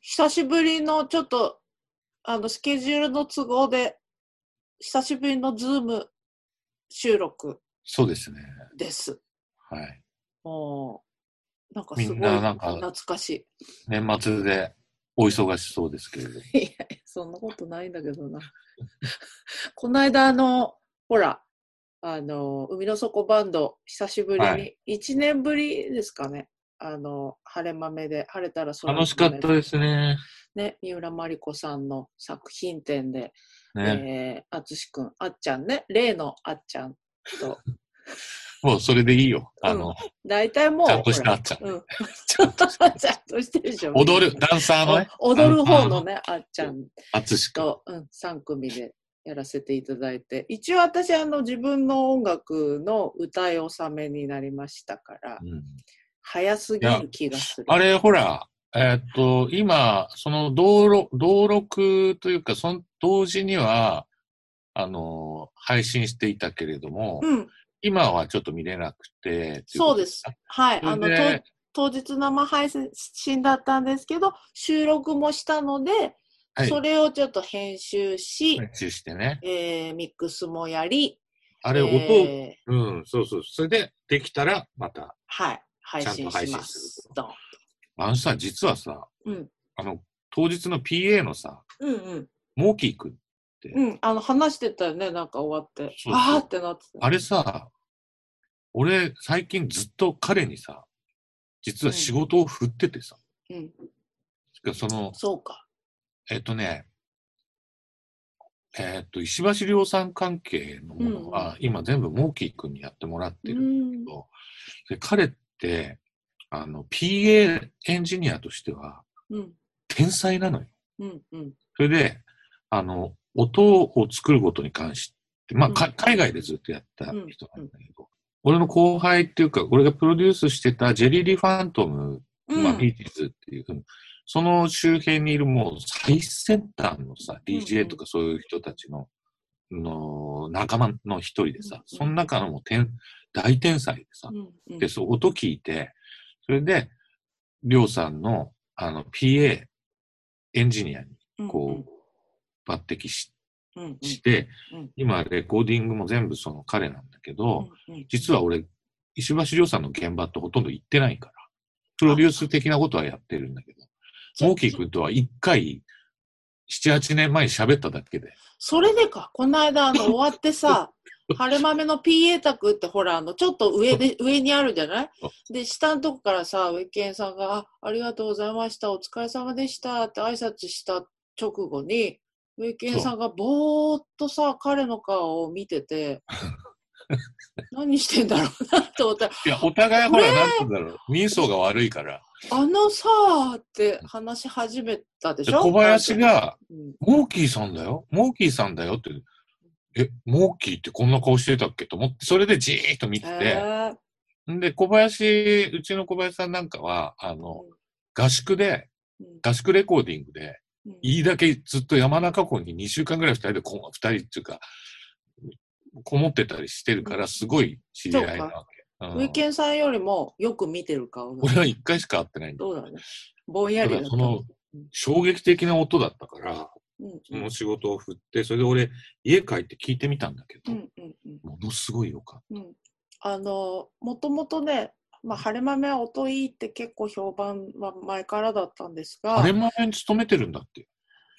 久しぶりのちょっと、あの、スケジュールの都合で、久しぶりのズーム収録そうですね。です。はい。もう、なんかすごいみんななんか懐かし年末でお忙しそうですけれど。 い。いや、そんなことないんだけどな。 この間、あの、ほら、あの、海の底バンド、久しぶりはに、一1年ぶりですかね。あの、晴れ豆で、晴れたら空楽しかったね。ですね。ね、三浦真理子さんの作品展で、えね。ー、あつしくん、あっちゃんね、例のあっちゃんと、もうそれでいいよ。うんあの、大体もう、ちゃんとしたあほっちゃんら。ねうん、ちょっと、ちゃんとしてるでしょ。踊る、ダンサーのね、お踊る方のね、あっちゃんあつしくん。と、うん、3組でやらせていただいて、一応私、あの、自分の音楽の歌い納めになりましたから、うん早すぎる気がする。あれ、ほら、えーっと、今、その道路、道録というか、その同時には、あの、配信していたけれども、うん、今はちょっと見れなくて。そうです。はい。ああの、との、で当日生配信だったんですけど、収録もしたので、はいそれをちょっと編集し、編集してね。えーミックスもやり、あれ、音、えーうん、そうそう。それで、できたら、また。はい、配ちゃんと信配し信ますす。とあのさ、実はさ、うん、あの、当日の PA のさ、うん、うん、モーキー君、うん、あの話してたよね、なんか終わって、そうそうあーってなってた。あれさ、俺、最近ずっと彼にさ、実は仕事を振っててさ、うん、その、そうか。えっとね、えっと、石橋亮さん関係のものは、今全部モーキー君にやってもらってうる。ん、で彼って、あの、PA エンジニアとしては、うん、天才なのよ。うん、うん、それで、あの、音を作ることに関して、まあ、かうん海外でずっとやった人なんだけど、俺の後輩っていうか、俺がプロデュースしてたジェリー・リー・ファントム、うん、まあ、ビーチズっていう、うんその周辺にいるもう最先端のさ、うん DJ とかそういう人たちの、の仲間の一人でうんさ、その中のもう天大天才でさう、ん、うんで、そう、音聞いて、それで、りょうさんの、あの、PA、エンジニアに、こう、抜擢しうん、うん、してうん、今、レコーディングも全部その彼なんだけど、うん、実は俺、石橋亮さんの現場ってほとんど行ってないから、プロデュース的なことはやってるんだけど、モーキー君とは一回、7、8年前に喋っただけで、それでか、この間、あ の、終わってさ、晴れ豆の PA 宅ってほら、あの、ちょっと上 で、上にあるじゃないで、下のとこからさ、ウェケンさんが、あありがとうございました、お疲れ様でしたって挨拶した直後に、ウェケンさんがぼーっとさ、彼の顔を見て て、何してんだろうなって思ったら、いや、お互いほら、ねえなんて言うんだろう、人相が悪いから、あのさーって話し始めたでしでょ小林、が、うんモーキーさんだよモーキーさんだよって、え、モーキーってこんな顔してたっけと思って、それでじーっと見てて、えんで、小林、うちの小林さんなんかは、あの、合宿で、ーうん合宿レコーディングで、うんいいだけずっと山中湖に2週間ぐらい2人でこ、2人っていうか、こもってたりしてるから、すごい知り合いなわけ。うんウィケンさんよりもよく見てる顔なの俺は1回しか会ってないんだどうだろうね。ぼんやけりだっど、た。その衝撃的な音だったから、うんその仕事を振って、それで俺、家帰って聞いてみたんだけうど、んうんうんものすごいよかっうん。あの、もともとね、まあ、晴れ豆は音いいって結構評判は前からだったんですた。があ、れまでに勤めてるんだって、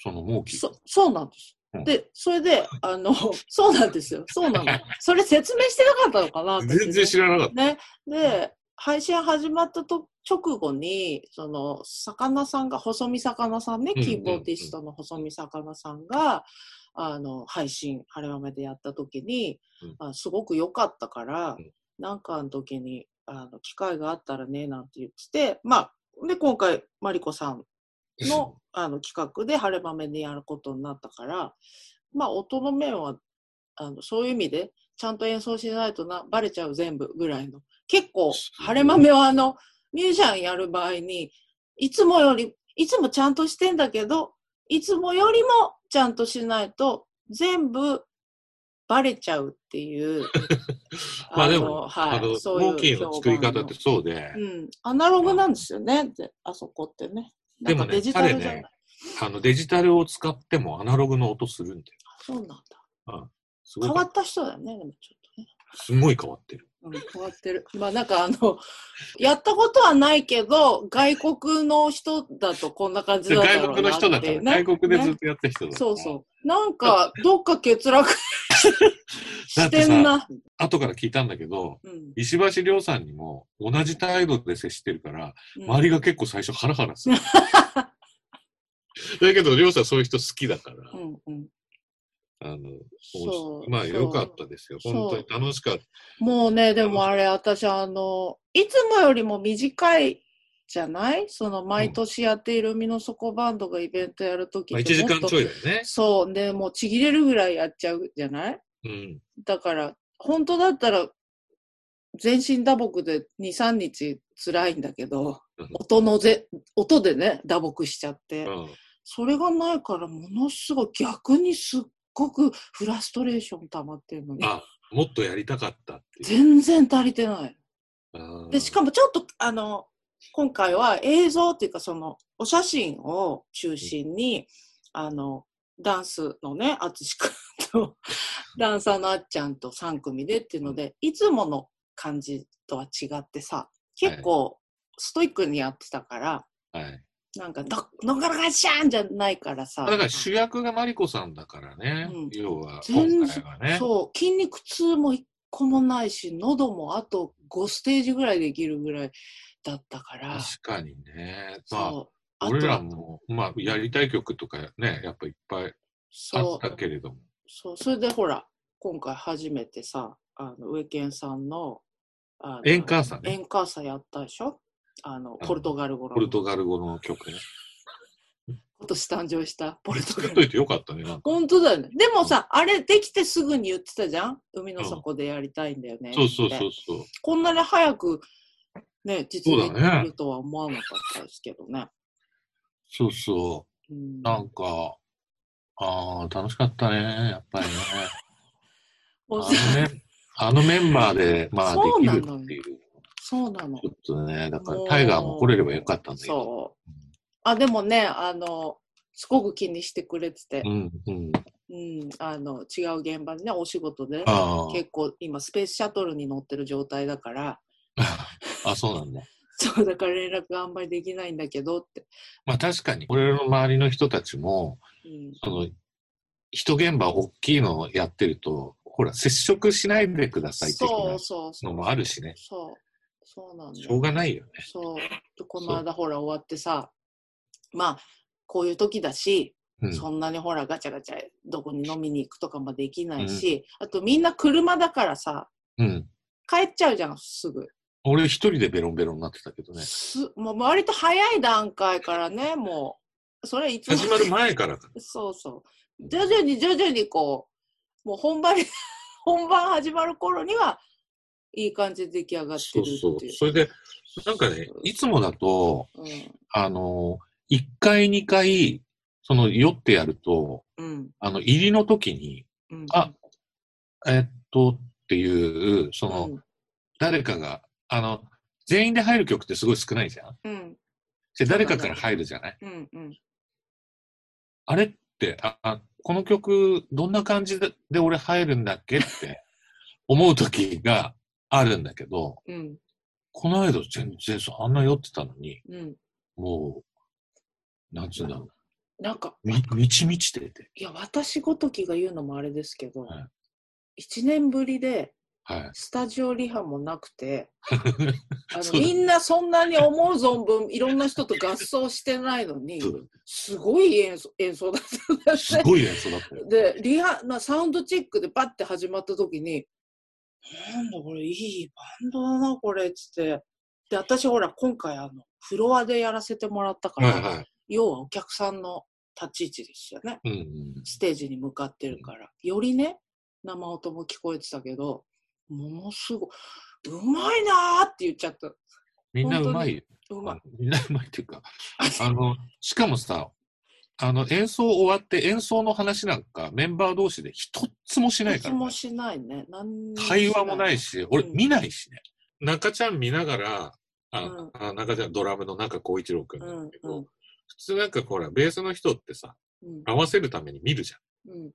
そのモーキー。そそうなんですうん。で、それで、あ の、そうなんですよ。そうなの。それ説明してなかったのかな私ね全然知らなかっね、で、配信始まったと直後に、その、魚さんが、細見魚さんね、うんうんキーボーディストの細見魚さんが、あの、配信、晴れ豆でやった時に、あすごく良かったからうん、なんかの時に、あの、機会があったらね、なんて言ってて、まあ、で、今回、マリコさんた。のあの企画で晴れ豆でやることになったから、まあ、音の面はあのそういう意味でちゃんと演奏しないとなバレちゃう全部ぐらいの結構すごい晴れ豆はあのミュージシャンやる場合にいつもよりいつもちゃんとしてんだけどいつもよりもちゃんとしないと全部バレちゃうっていう まあでのも、はいあの、モそういうーキーの作り方ってそうで評判、のうんアナログなんですよねであそこってねなんかでもねデジタルじゃない。彼ねあの、デジタルを使ってもアナログの音するんで。そうなんだ。すご変いわった人だよね、でもちょっとね。すごい変わってる。うん、変わってる。まあなんかあの、やったことはないけど、外国の人だとこんな感じなんだ外ろうな国のってい人うね、だから、外国でずっねとやった人だから。そうそう。なんか、どっか欠落 してんな。後から聞いたんだけど、うん石橋亮さんにも同じ態度で接してるから、うん周りが結構最初ハラハラする。だけど、亮さんそういう人好きだから、うんうん、あの、そうまあそう良かったですよ。そう本当に楽しかった。もうね、でもあれ、私、あの、いつもよりも短いじゃないその、毎年やっている海の底バンドがイベントやるときまあ1時間ちょいだよね。そう、でもうちぎれるぐらいやっちゃうじゃないうん。だから、本当だったら、全身打撲で2、3日辛いんだけどうん、音のぜ、音でね、打撲しちゃって。うんそれがないから、ものすごい、逆にすっごくフラストレーション溜まってるのに、あ、もっとやりたかったっていう。全然足りてない。あーで、しかもちょっと、あの、今回は映像っていうか、その、お写真を中心に、あの、ダンスのね、あつしくん と、ダンサーのあっちゃんと3組でっていうので、いつもの感じとは違ってさ、結構ストイックにやってたから、はい。なんか、ど、どんがらがっしゃーんじゃないからさ。だから主役がマリコさんだからね。うん要は、全今然回はね。そう、筋肉痛も一個もないし、喉もあと5ステージぐらいできるぐらいだったから、確かにね。まそう。あ、あ俺らと、も、まあ、やりたい曲とかね、やっぱいっぱいあそったう、けれども。そう、それでほら、今回初めてさ、あの、ウェケンさんの、あのエンカーサねエンカーサやったでしょあの、あのポルトガル語の。ポルトガル語の曲ね。今年誕生したポルト作ガっとル。いてよかったね。なんか本当だよね。でもさ、あれできてすぐに言ってたじゃん海の底でやりたいんだよね。。そうそうそううそう。こんなに早く、ね、実現そうだねするとは思わなかったですけどね。そうそうう。んなんか、ああ、楽しかったね。やっぱりね。もうさあのね、あのメンバーで、まあ、でそうきなるのよっていう。そうなのち。ょっとね、だからもうタイガーも来れればよかったんだけど。そう。あ、でもね、あの、すごく気にしてくれててう、んうん。うん、あの、違う現場でね、お仕事で、あ結構今スペースシャトルに乗ってる状態だから、 あ、あ、そうなんだ。そう、だから連絡があんまりできないんだけどって。まあ確かに、俺の周りの人たちも、うん、その、人現場大きいのをやってると、ほら、接触しないでください的そなうそうそう。のもあるしね。そう、そうなんだしよょうがないよね。そう。でこの間ほら終わってさ、まあ、こういう時だし、うん。そんなにほらガチャガチャどこに飲みに行くとかもできないし、あとみんな車だからさ、うん。帰っちゃうじゃん、すぐ。俺一人でベロンベロンになってたけどね。すもう割と早い段階からね、もう、それはいつも始まる前からか。そうそう。徐々に徐々にこう、もう本番に、 本番始まる頃には、いい感じで出来上がってそるうっていう。そう。それで、なんかね、いつもだと、うん。あの、1回2回、その、酔ってやると、うん。あの、入りの時に、うん、あえっと、っていう、その、うん誰かが、あの、全員で入る曲ってすごい少ないじゃんうん。で誰かから入るじゃないうん。うん。あれって、あ、あこの曲、どんな感じでで俺入るんだっけって思う時があるんだけど、うん。この間全然そう、あんな酔ってたのに、うん。もう、なんつうんだろなんか、う、み、満ち満ちてて。いや、私ごときが言うのもあれですけどはい、一、年ぶりで、はい。スタジオリハもなくて、 あのそうだみんなそんなに思う存分、いろんな人と合奏してないのに、そうすごい演奏演奏だったんだすね。ごい演奏だったよ。で、リハ、まあ、サウンドチェックでバッて始まった時に、なんだこれ、いいバンドだな、これ、つって。で、私ほら、今回、あの、フロアでやらせてもらったから、はいは要はお客さんの立ち位置ですよね。い。うんうん。ステージに向かってるから、よりね、生音も聞こえてたけど、ものすごい、うまいなーって言っちゃった。みんなうまいよ。うまい。みんなうまいっていうか、あの、しかもさ、あの、演奏終わって演奏の話なんかメンバー同士で一つもしないか気らね、もしないね。何に会話もないしし、俺うん見ないしね。中ちゃん見ながら、あうんあ中ちゃんドラムの中光一郎くんな。ないうんんだけど、うん普通なんかほら、ベースの人ってさ、うん合わせるために見るじゃん。うん、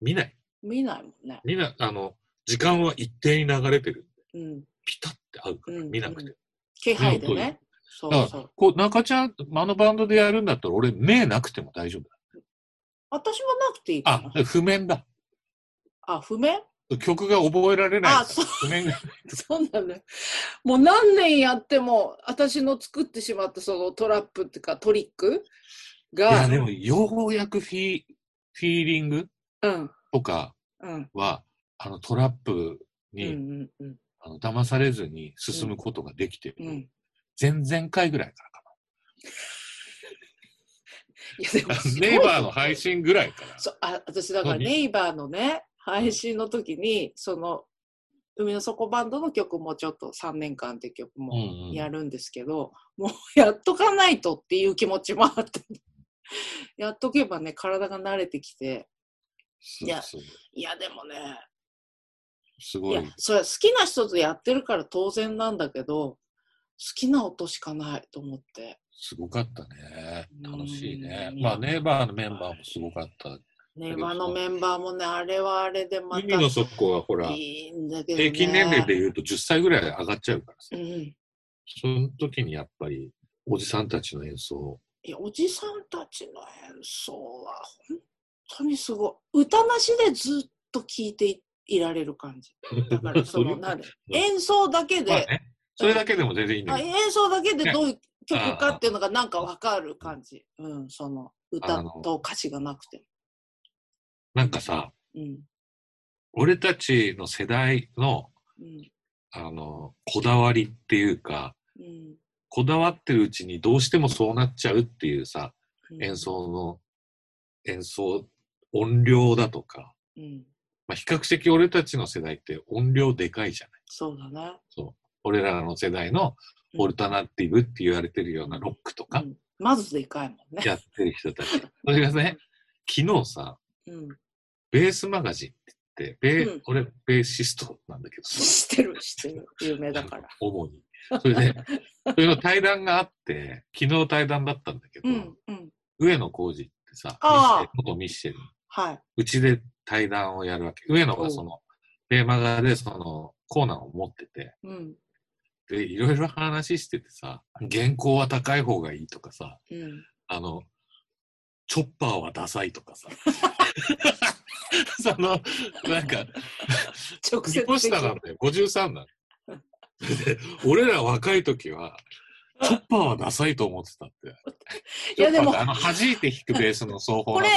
見ない。見ないもんね。見な、あの、時間は一定に流れてる。うん、ピタって合うから、うん見なくて。気配でね。そうだそからう。、こう、中ちゃん、あのバンドでやるんだったら、俺、目なくても大丈夫だ。私もなくていいかあな、。譜面だ。あ、不明曲が覚えら れないかあら。そう譜面が。そうなんだよ。もう何年やっても、私の作ってしまったそのトラップっていうかトリックいや、が、でも、ようやくフィー、フィーリングうん、とかうん、は、あの、トラップうん、うに、ん、うん、あの騙されずに進むことができてる。うん。前々回ぐらいからかいや、でもな。すごい、ネイバーの配信ぐらいから。そうあ私、だから何ネイバーのね、配信の時に、その、海の底バンドの曲もちょっと3年間っていう曲うんもうんやるんですけど、もうやっとかないとっていう気持ちもあって、 やっとけばね、体が慣れてきて、すいやすいや、でもね、すいごやい。、それは好きな人とやってるから当然なんだけど、好きな音しかないと思って。すごかったね。楽しいねう。んまあ、ネイバーのメンバーもすごかった。ね、だけど今のメンバーもね、あれはあれでま海のた底はほら、いいんだけど、ね。平均年齢で言うと10歳ぐらい上がっちゃうからうさ。ん。いその時にやっぱり、おじさんたちの演奏。や、おじさんたちの演奏は本当にすごい。歌なしでずっと聴いていいられる感 じ。だから、その、なんで演奏だけで、まあね、それだけでも全然いいんだあけど、演奏だけでどういう曲かっていうのがなんかわかる感じ。うん、その、歌あのと歌詞がなくても。なんかさ、うん。俺たちの世代の、うんあの、こだわりっていうか、うんこだわってるうちにどうしてもそうなっちゃうっていうさ、うん演奏の、演奏、音量だとか、うん。まあ、比較的俺たちの世代って音量でかいじゃない。そうだね。俺らの世代のうんオルタナティブって言われてるようなロックとうかん、まずでかいもんね。やってる人たち。 それがね、昨日さ、うん。 ベースマガジンって言って、ベーうん俺、ベーシストなんだけどさ、知ってる、知ってる。有名だ から。主に。そ れで、それの対談があって、昨日対談だったんだけど、うん、うん。上野浩二ってさ、ああミッシェル元ミッシェル、はい。うちで対談をやるわけ。上野がその、ベーマガでそのコーナーを持ってて、うん、で、いろいろ話しててさ、原稿は高い方がいいとかさ、うん。あの、チョッパーはダサいとかさ。 その、なんか、直接2的個下なんだよ。53なの。 で俺ら若い時は、チョッパーはダサいと思ってたって。いやでもチョッパーってあの、弾いて弾くベースの奏法こなれ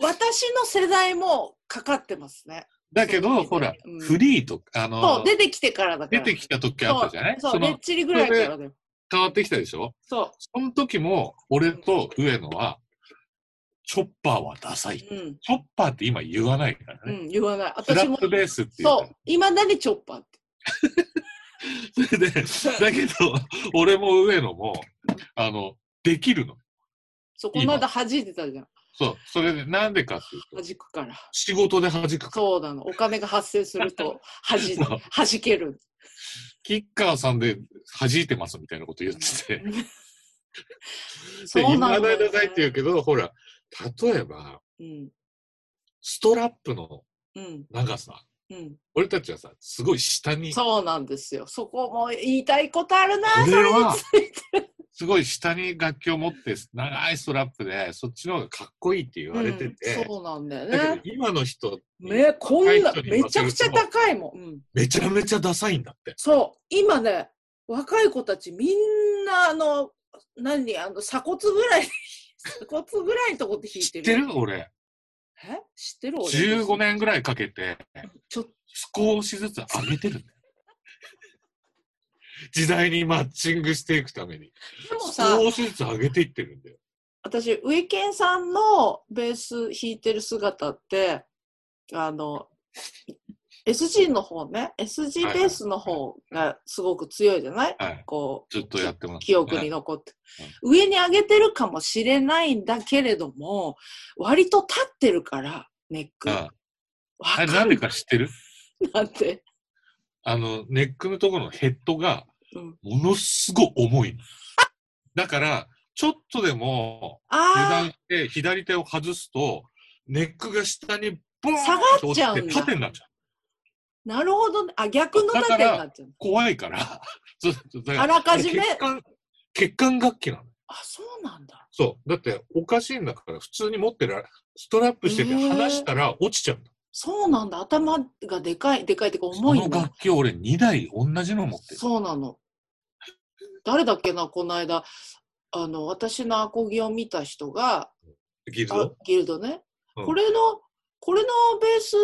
の。、私の世代もかかってますね。だけそうど、ほら、うんフリーとか、そあのう、、出てきてからだか出ら。てきた時あったじゃないそう、そレッの、チリぐらいからだよ。変わってきたでしょそその時も、俺と上野は、チョッパーはダサい。チう。うん。ョッパーって今言わないからうね。ん、言わない。フラ私もッ、プベースっていうそかう。いまだにチョッパーって。そ れで、だけど、俺も上野も、あの、できるの。そう、この間弾いてたじゃん。そう。それで、なんでかっていうと弾、くから。仕事で弾くか。そうなの。お金が発生する と、弾い、弾ける。キッカーさんで弾いてますみたいなこと言って て。そで、う今なだんだだよね、いって言うけど、ほら、例えば、うん。ストラップのうん。長さ。うん。俺たちはさ、すごい下に、そうなんですよ。そこも言いたいことあるな、そ俺れはについて。すごい下に楽器を持って、長いストラップで、そっちの方がかっこいいって言われてうんて、そうなんだよだね。けど今の人、ね、こんな、若い人にめちゃくちゃ高いもん。うん、めちゃめちゃダサいんだって。そう、今ね、若い子たちみんな、あの、何、あの、鎖骨ぐらい、 鎖骨ぐらいのとこって弾い知てっる。てる俺。え知ってる俺。 15。年ぐらいかけて、ちょっと、少しずつ上げてるん だよ。時代にマッチングしていくために。でもさ、少しずつ上げていってるんだよ。私、ウィケンさんのベース弾いてる姿って、あの、SG の方ね、SG ベースの方がすごく強いじゃないはい。こずっとやってます、う、記憶はにい残って。上に上げてるかもしれないんだけれども、割と立ってるから、ネック。うんわあれかなんでるか知ってるなんて。あの、ネックのところのヘッドがうん、ものすごい重いの。だから、ちょっとでも、油断あして左手を外すと、ネックが下にボーンと落下がっちゃちうんてだ縦になっちゃう。あ、なるほどね。あ、逆のだか縦らになっちゃう。怖いから。 そうそうだあらかじめ血管、血管楽器なの。あ、そうなんだ。そう。だって、おかしいんだから、普通に持ってる、ストラップしててへー離したら落ちちゃうんだ。そうなんだ。頭がでかい、でかいっていうか重こいのんだ。楽器俺2台同じの持ってる。そうなの。誰だっけな、この間、あの、私のアコギを見た人が、ギルあド。ギルドね、うんこれの、これのベース、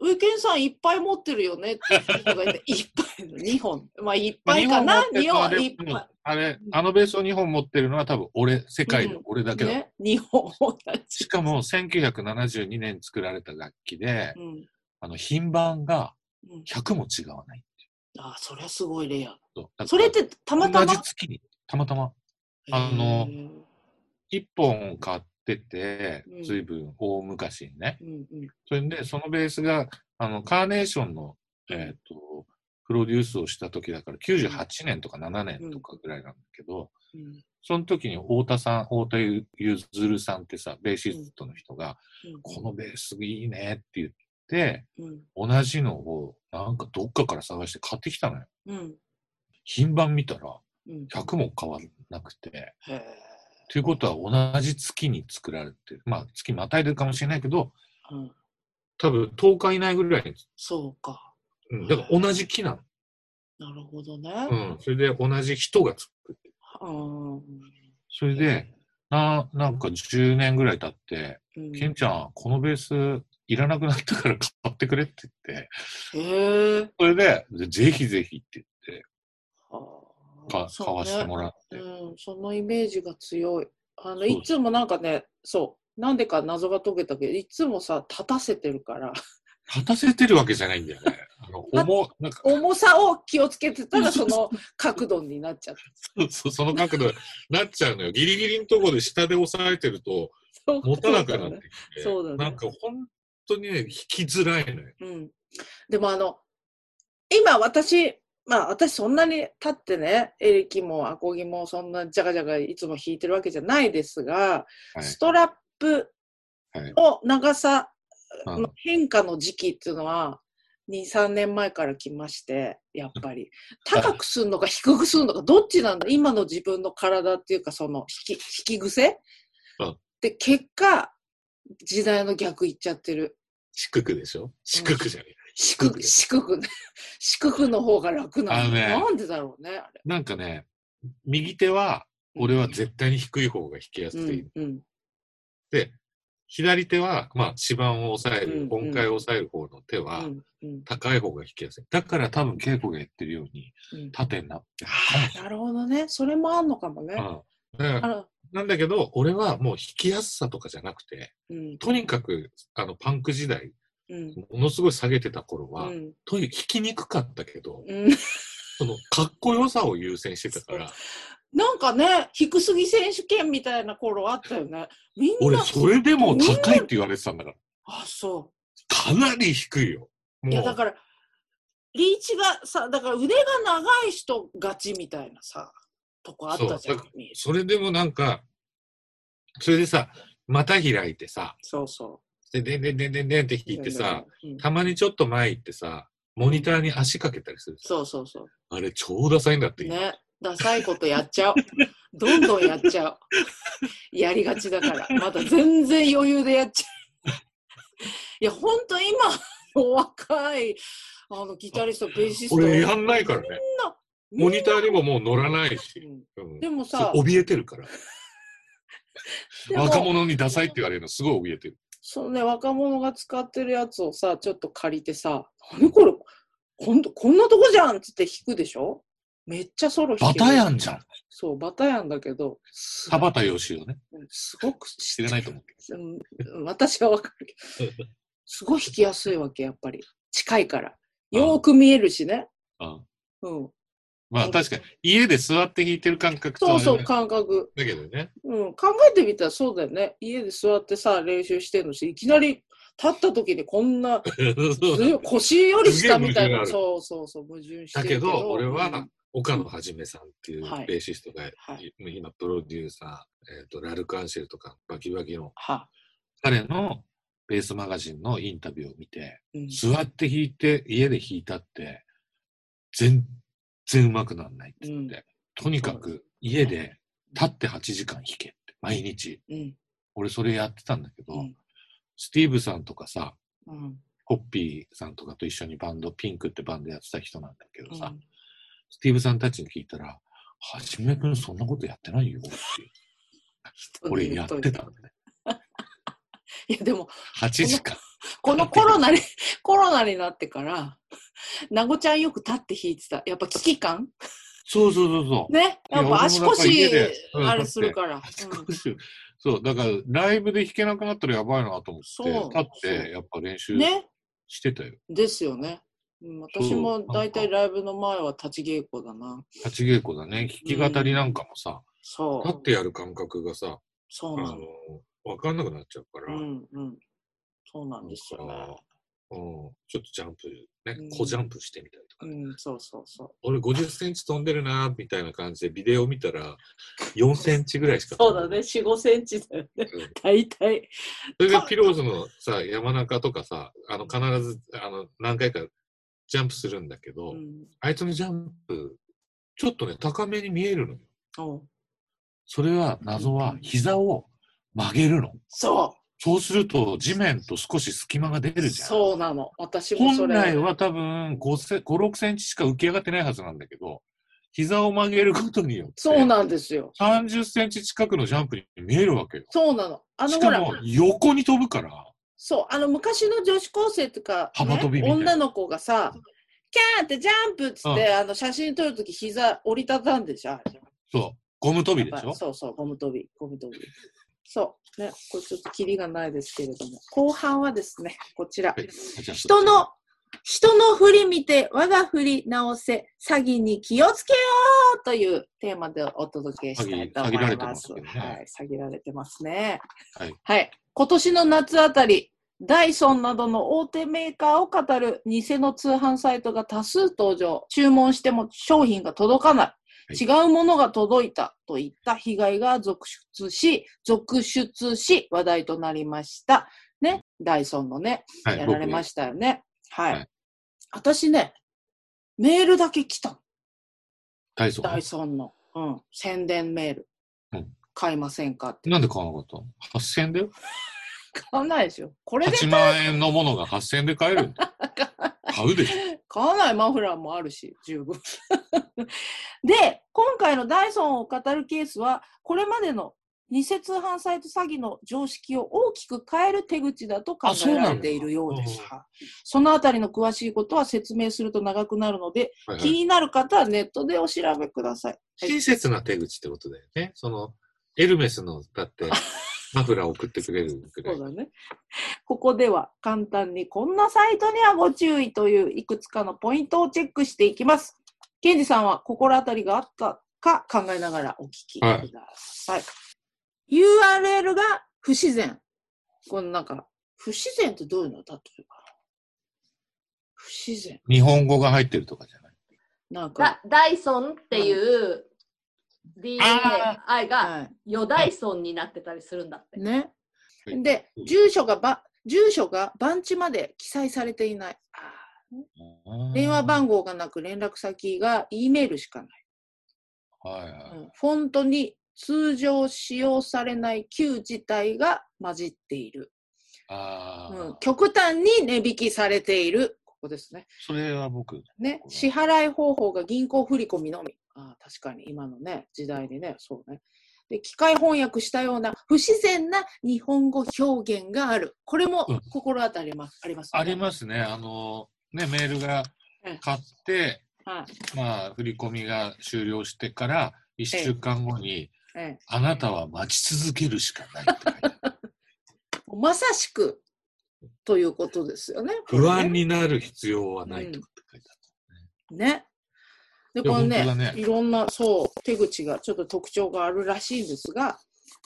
ウケンさんいっぱい持ってるよねって人がいて、いっぱいの、2本。まあ、いっぱいかな、2あ本、れいっぱあれ、あのベースを2本持ってるのは多分俺、世界の俺だい。けだ。ね、2本同じし。かも、1972年作られた楽器で、うん。あの、品番がうん、 100も違わない。あ、そりゃすごいレア。そうだからそれってたまた同まじ。月に、たまたま。あのへー1本買っててうん、随分大昔にね。うんうんそれで、そのベースが、あの、カーネーションの、えっ、と、プロデュースをした時だから、98年とか7年とかぐらいなんだけど、うんその時に太田さん、太田ゆずるさんってさ、ベーシストの人が、うんこのベースいいねって言って、うん同じのを、なんかどっかから探して買ってきたのよ。うん品番見たら、うん100も変わらなくて。へーということは、同じ月に作られてる。まあ、月またいでるかもしれないけど、うん多分10日以内ぐらいに、そうか。うん、だから同じ木ななるほどの。うね。ん。それで同じ人が作ってる。うん。うんそれで、、な、なんか10年ぐらい経って、うん、ケンへちゃん、このベースいらなくなったから買ってくれって言って、え。それで、でぜひぜひってあかそう買わせてねもらって。うん、そのイメージが強い。あの、そういつもなんかね、そう、なんでか謎が解けたけど、いつもさ、立たせてる から、立たせてるわけじゃないんだよね。あの、重、なんか、 重さを気をつけてたら、その角度になっちゃった。そうその角度になっちゃうのよ。ギリギリのところで下で押さえてると、そう持たなくなってきて。そうだねなんか本当にね、引きづらいのよ。うん。でもあの、今私、まあ私そんなに立ってね、エレキもアコギもそんなジャガジャガいつも弾いてるわけじゃないですが、はいストラップはい。を長さあの変化の時期っていうのは、2、3年前から来まして、やっぱり。 高くするのか低くするのか、どっちなんだ今の自分の体っていうか、その引き、引き癖うんで、結果、時代の逆行っちゃってる。低くでしょ低くじゃない。四く、四く、 四くの方が楽なあの。のねなんでだろうね、あれ。なんかね、右手は、俺は絶対に低い方が弾きやすうくていいん、うん、で、左手は、まあ、指板を押さえうんうるん、音階を押さえる方の手うは、ん、うん。高い方が弾きやすい。だから多分、稽古が言ってるように、うん縦になってるなるほどね。それもあんのかもね。のかな。うんだあからら、なんだけど、俺はもう弾きやすさとかじゃなくて、うん、とにかく、あの、パンク時代、うん、ものすごい下げてた頃うは、ん、とにかく弾きにくかったけど、うん。 その、かっこよさを優先してたから、なんかね、低すぎ選手権みたいな頃あったよね。みん俺、な、それでも高いって言われてたんだから、あ、そかなり低いよ。う。もいうや、だから、リーチがさ、だから腕が長い人勝ちみたいなさ、とこあったじゃんそ。それでもなんか、それでさ、また開いてさ、そうそで、でんでんでんでんでんってう。弾いてさ、うん、たまにちょっと前行ってさ、モニターに足かけたりする。そうそうそう。あれ、超ダサいんだって。ね、ダサいことやっ ちゃう。どんどんやっちゃう。やりがちだから。まだ全然余裕でやっちゃ う。いや、ほんと今の若い、あの、ギタリスト、ベーシスト。俺、やんないからね。みんなモニターにももう乗らないし。うんうんでもそうさ、怯えてるから。でも若者にダサいって言われるのすごい怯えてる。そうね、若者が使ってるやつをさ、ちょっと借りてさ、何これ、ほんと、こんなとこじゃんっつって弾くでしょめっちゃソロ弾バけるタヤンじゃん。そう、バタヤンだけど、す田畑義雄ね。すごく知らないと思うけうんうん私はわかるけど、すごい弾きやすいわけ、やっぱり。近いから。よーく見えるしね。ど。うんうん。まあ確かに、家で座って弾いてる感覚とそうそあう、れ感覚。だけ どね。うん。考えてみたらそうだよね。家で座ってさ、練習してるのし、いきなり立った時にこんな、そうず腰より下みたいすげえ矛盾があな。るそうそうそう、矛盾してだるけけど。ど、俺うはん、岡野はじめさんっていうはいベーシストが、はい今プロデューサー、えっとラルク・アンシェルとかバキバキのは、彼のベースマガジンのインタビューを見て、うん、座って弾いて、家で弾いたって、全然上手くならないって言って、とにかく家で立って8時間弾けって、毎日。うん、俺それやってたんだけど、うんスティーブさんとかさ、うん、ホッピーさんとかと一緒にバンド、ピンクってバンドやってた人なんだけうどさ、ん、スティーブさんたちに聞いたら、はじめくんそんなことやってないよって、俺やってたんだね。いやでも8時間。このコロナに コロナになってからなごちゃんよく立って弾いてたやっぱ危機感そうそうそうそう。ねやっぱ足腰俺もなんか家でうんあれするから、足うん腰そう、だからライブで弾けなくなったらやばいなと思そうって、立っそうてやっぱ練習ねしてたよ。ですよねうん私も大体ライブの前は立ち稽古だな立ち稽古だね。弾き語りなんかもさ、そ立っうてやる感覚がさ、そあうなのの、わかんなくなっちゃうから、ううん、んうんそうなんですよねちょっとジャンプ、ねうん、小ジャンプしてみたりとかう。んそうそうそ俺50センチ飛んでるな、みたいな感じでビデオ見たら、4センチぐらいしうかそ飛うんだでなねい45センチだよねうん大体それでピローズのさ、山中とかさ、あの、必ず、あの、何回かジャンプするんだけど、うんあいつのジャンプ、ちょっとね、高めに見えるのよ。おうそれは、謎は、膝を曲げるの。そうそうすると、地面と少し隙間が出るじゃん。そうなの。私もそ本れ。来は多分5せ、5、6センチしか浮き上がってないはずなんだけど、膝を曲げることによって、そうなんですよ。 30センチ近くのジャンプに見えるわけよ。そうなの。あのしほからも、、横に飛ぶから、そう、あの昔の女子高生とか、幅跳びみたいな女の子がさ、キャーってジャンプっつって、あの写真撮るとき膝折りたたんでしょ。あれそう、ゴム飛びでしやっぱょそうそう、ゴム飛び、ゴム飛び。そう。ね、これちょっとキリがないですけれども。後半はですね、こちら。人の、人の振り見て、我が振り直せ、詐欺に気をつけようというテーマでお届けしたいと思詐欺詐欺らいれてま。ますすけどねはい、詐欺られてますね。はい。今年の夏あたり、ダイソンなどの大手メーカーを語る偽の通販サイトが多数登場。注文しても商品が届かない。違うものが届いたといった被害が続出し、続出し、話題となりました。ね、ダイソンのね、はいやられましたよね。はい。はい私ね、メールだけ来たのダイソンダイソンの、うん、宣伝メール。うん買いませんかって。なんで買わなかったの ?8000 円だよ。買わないでしょ。これで8万円のものが8000円で買える んだよ。買うでしょ。買わないマフラーもあるし、十分。 で、今回のダイソンを語るケースは、これまでの偽通販サイト詐欺の常識を大きく変える手口だと考あそえうなんだられているようですうん。はいそのあたりの詳しいことは説明すると長くなるので、はいは気いになる方はネットでお調べください。親切な手口ってことだよね。その、エルメスの、だ って、マフラー送ってくれるくらそ。いうだね。ここでは簡単にこんなサイトにはご注意といういくつかのポイントをチェックしていきます。ケンジさんは心当たりがあったか考えながらお聞きください。URL が不自然。このなんか、不自然ってどういうの例えば。不自然。日本語が入ってるとかじゃない。なんかダ、ダイソンっていう DAI がはヨダイソンになってたりするんだってい。。ね。はいで、住所がば、住所が番地まで記載されていない。あー電話番号がなく連絡先が E メールしかない。号。はいはい。うんフォントに通常使用されない旧字体が混じっている。ああ、うん、極端に値引きされている。ここですね。それは僕、ねこ。こ支払い方法が銀行振込のみ。ああ、確かに今のね、時代にね、そうね。で、機械翻訳したような不自然な日本語表現がある。これもうん心当たります。あります、ありますね。あの、ね、メールがうん買って、す。はい。まあ、振り込みが終了してから、1週間後に、ええあなたは待ち続けるしかないって書いて ある。まさしく、ということですよね。不安になる必要はないとかって書いてあね。で、いやこのね本当だねいろんな、そう、手口が、ちょっと特徴があるらしいんですが、うん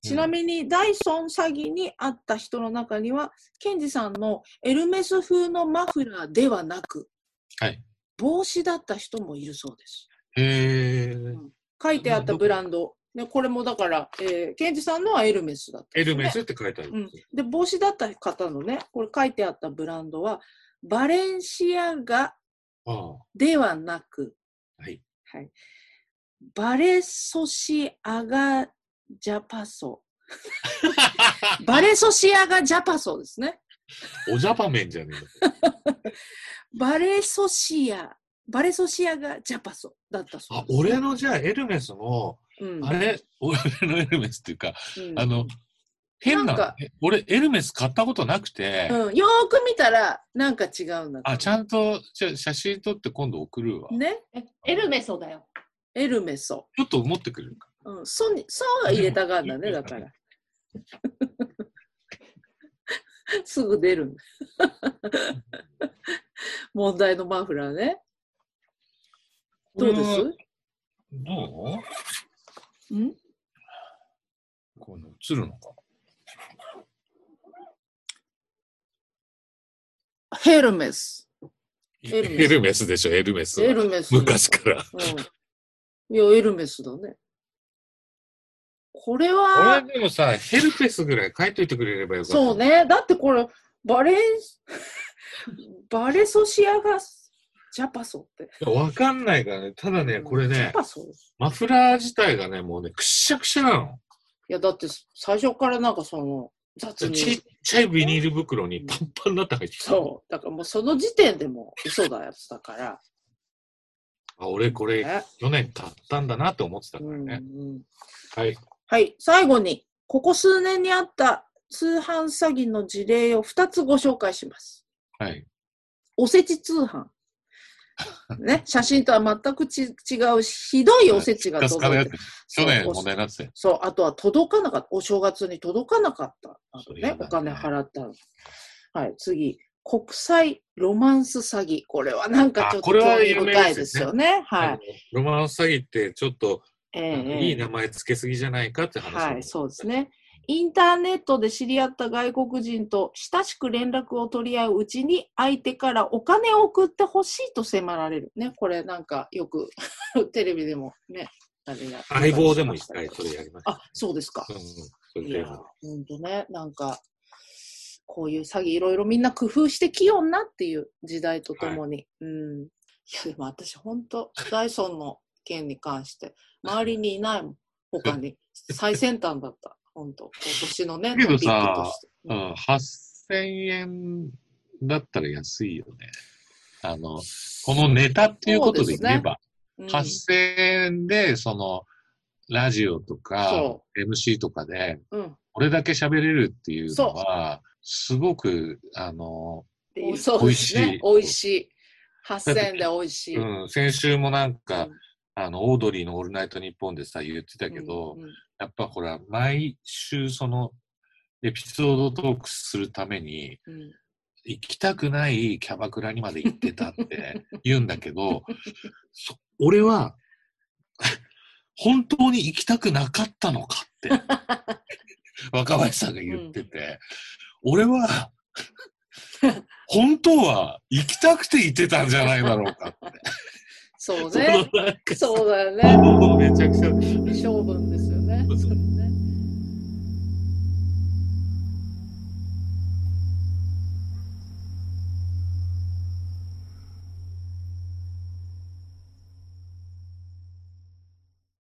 ちなみに、ダイソン詐欺にあった人の中には、ケンジさんのエルメス風のマフラーではなく、はい帽子だった人もいるそうです。へー書いてあったブランド。ね、これもだから、えー、ケンジさんのはエルメスだったんエですルね、メスって書いてある。うんで、帽子だった方のね、これ書いてあったブランドは、バレンシアガああではなく、はい。はい、バレソシアガジャパ ソ。バレソシアガジャパソですね。おじゃぱめんじゃねバレソシア、バレソシアガジャパソだったえその。あう、です、俺のじゃあエルメスの、うん、あれ、俺のエルメスっていうか、うんあの、変なのなんかえ俺エルメス買ったことなくて、うん、よーく見たら、なんか違うんだあ、ちゃんとじゃあ写真撮って今度送るわ。ね、エルメソだよ。エルメソ。ちょっと持ってくれるか。うん、ソに、ソは入れた がんだね、だから。 すぐ出る。 問題のマフラーね。どうでこれはすどんうこういうの映るのか。ヘルメス。エルメスエルメスでしょ、エルメスは。エルメス。昔から。うん。いや、エルメスだね。これは、俺でもさ、ヘルペスぐらい書いといてくれればよかった。そう。ね。だってこれ、バレン、 バレソシアがジャパソって。わかんないからね。ただね、これジねャ、パソマフラー自体がね、もうね、くしゃくしゃなの。いや、だって最初からなんかその雑ちっに。ちゃいビニール袋にパンパンになって入ってた。そう。だからもうその時点でもう嘘だやつだから。あ、俺これね去年買ったんだなって思ってたかうらんうね。ん、はい。はい。最後に、ここ数年にあった通販詐欺の事例を2つご紹介します。はい。おせち通 販。ね、写真とは全くち違うひどいおせちがカスカ届のいやてつ。去年問題になってたよ。そう、あとは届かなかった。お正月に届かなかった。あとそれねや、だお金ね払ったの。はい、次。国際ロマンス詐欺。これはなんかちょっあとこれは興味有名深いでですすよよね。はあのい。ロマンス詐欺ってちょっと、えあえのいい名前つけすぎじゃないかって話はい、そうですね。インターネットで知り合った外国人と親しく連絡を取り合ううちに相手からお金を送ってほしいと迫られる。ね、これなんかよく テレビでもね、あれや相棒でも一回それやりました。あ、そうですかう。んうんそれいでや、ほんとね、なんか、こういう詐欺いろいろみんな工夫して器用になっていう時代とともに。うん。いや、でも私ほんと、ダイソンの件に関して、周りにいないもん。他に。最先端だ った。ほんと。今年のね、けどさして。ううんん、8000円だったら安いよね。あの、このネタっていうことで言えば、うん8000円で、その、ラジオとかそ、 MC とかで、うんこれだけ喋れるっていうのは、すごく、あの、そうですね。美美味味しい。8000円で美味しい。うん、先週もなんか、うんあの、オードリーのオールナイトニッポンでさ、言ってたけど、うんうんやっぱほら、毎週その、エピソードトークするために、うん行きたくないキャバクラにまで行ってたって言うんだけど、そ俺は、 本当に行きたくなかったのかって、若林さんが言ってて、俺は、本当は行きたくて行ってたんじゃないだろうかって。そう そのね。なんかそうだよね。 もうめちゃくちゃ。性分ですよね。そうそう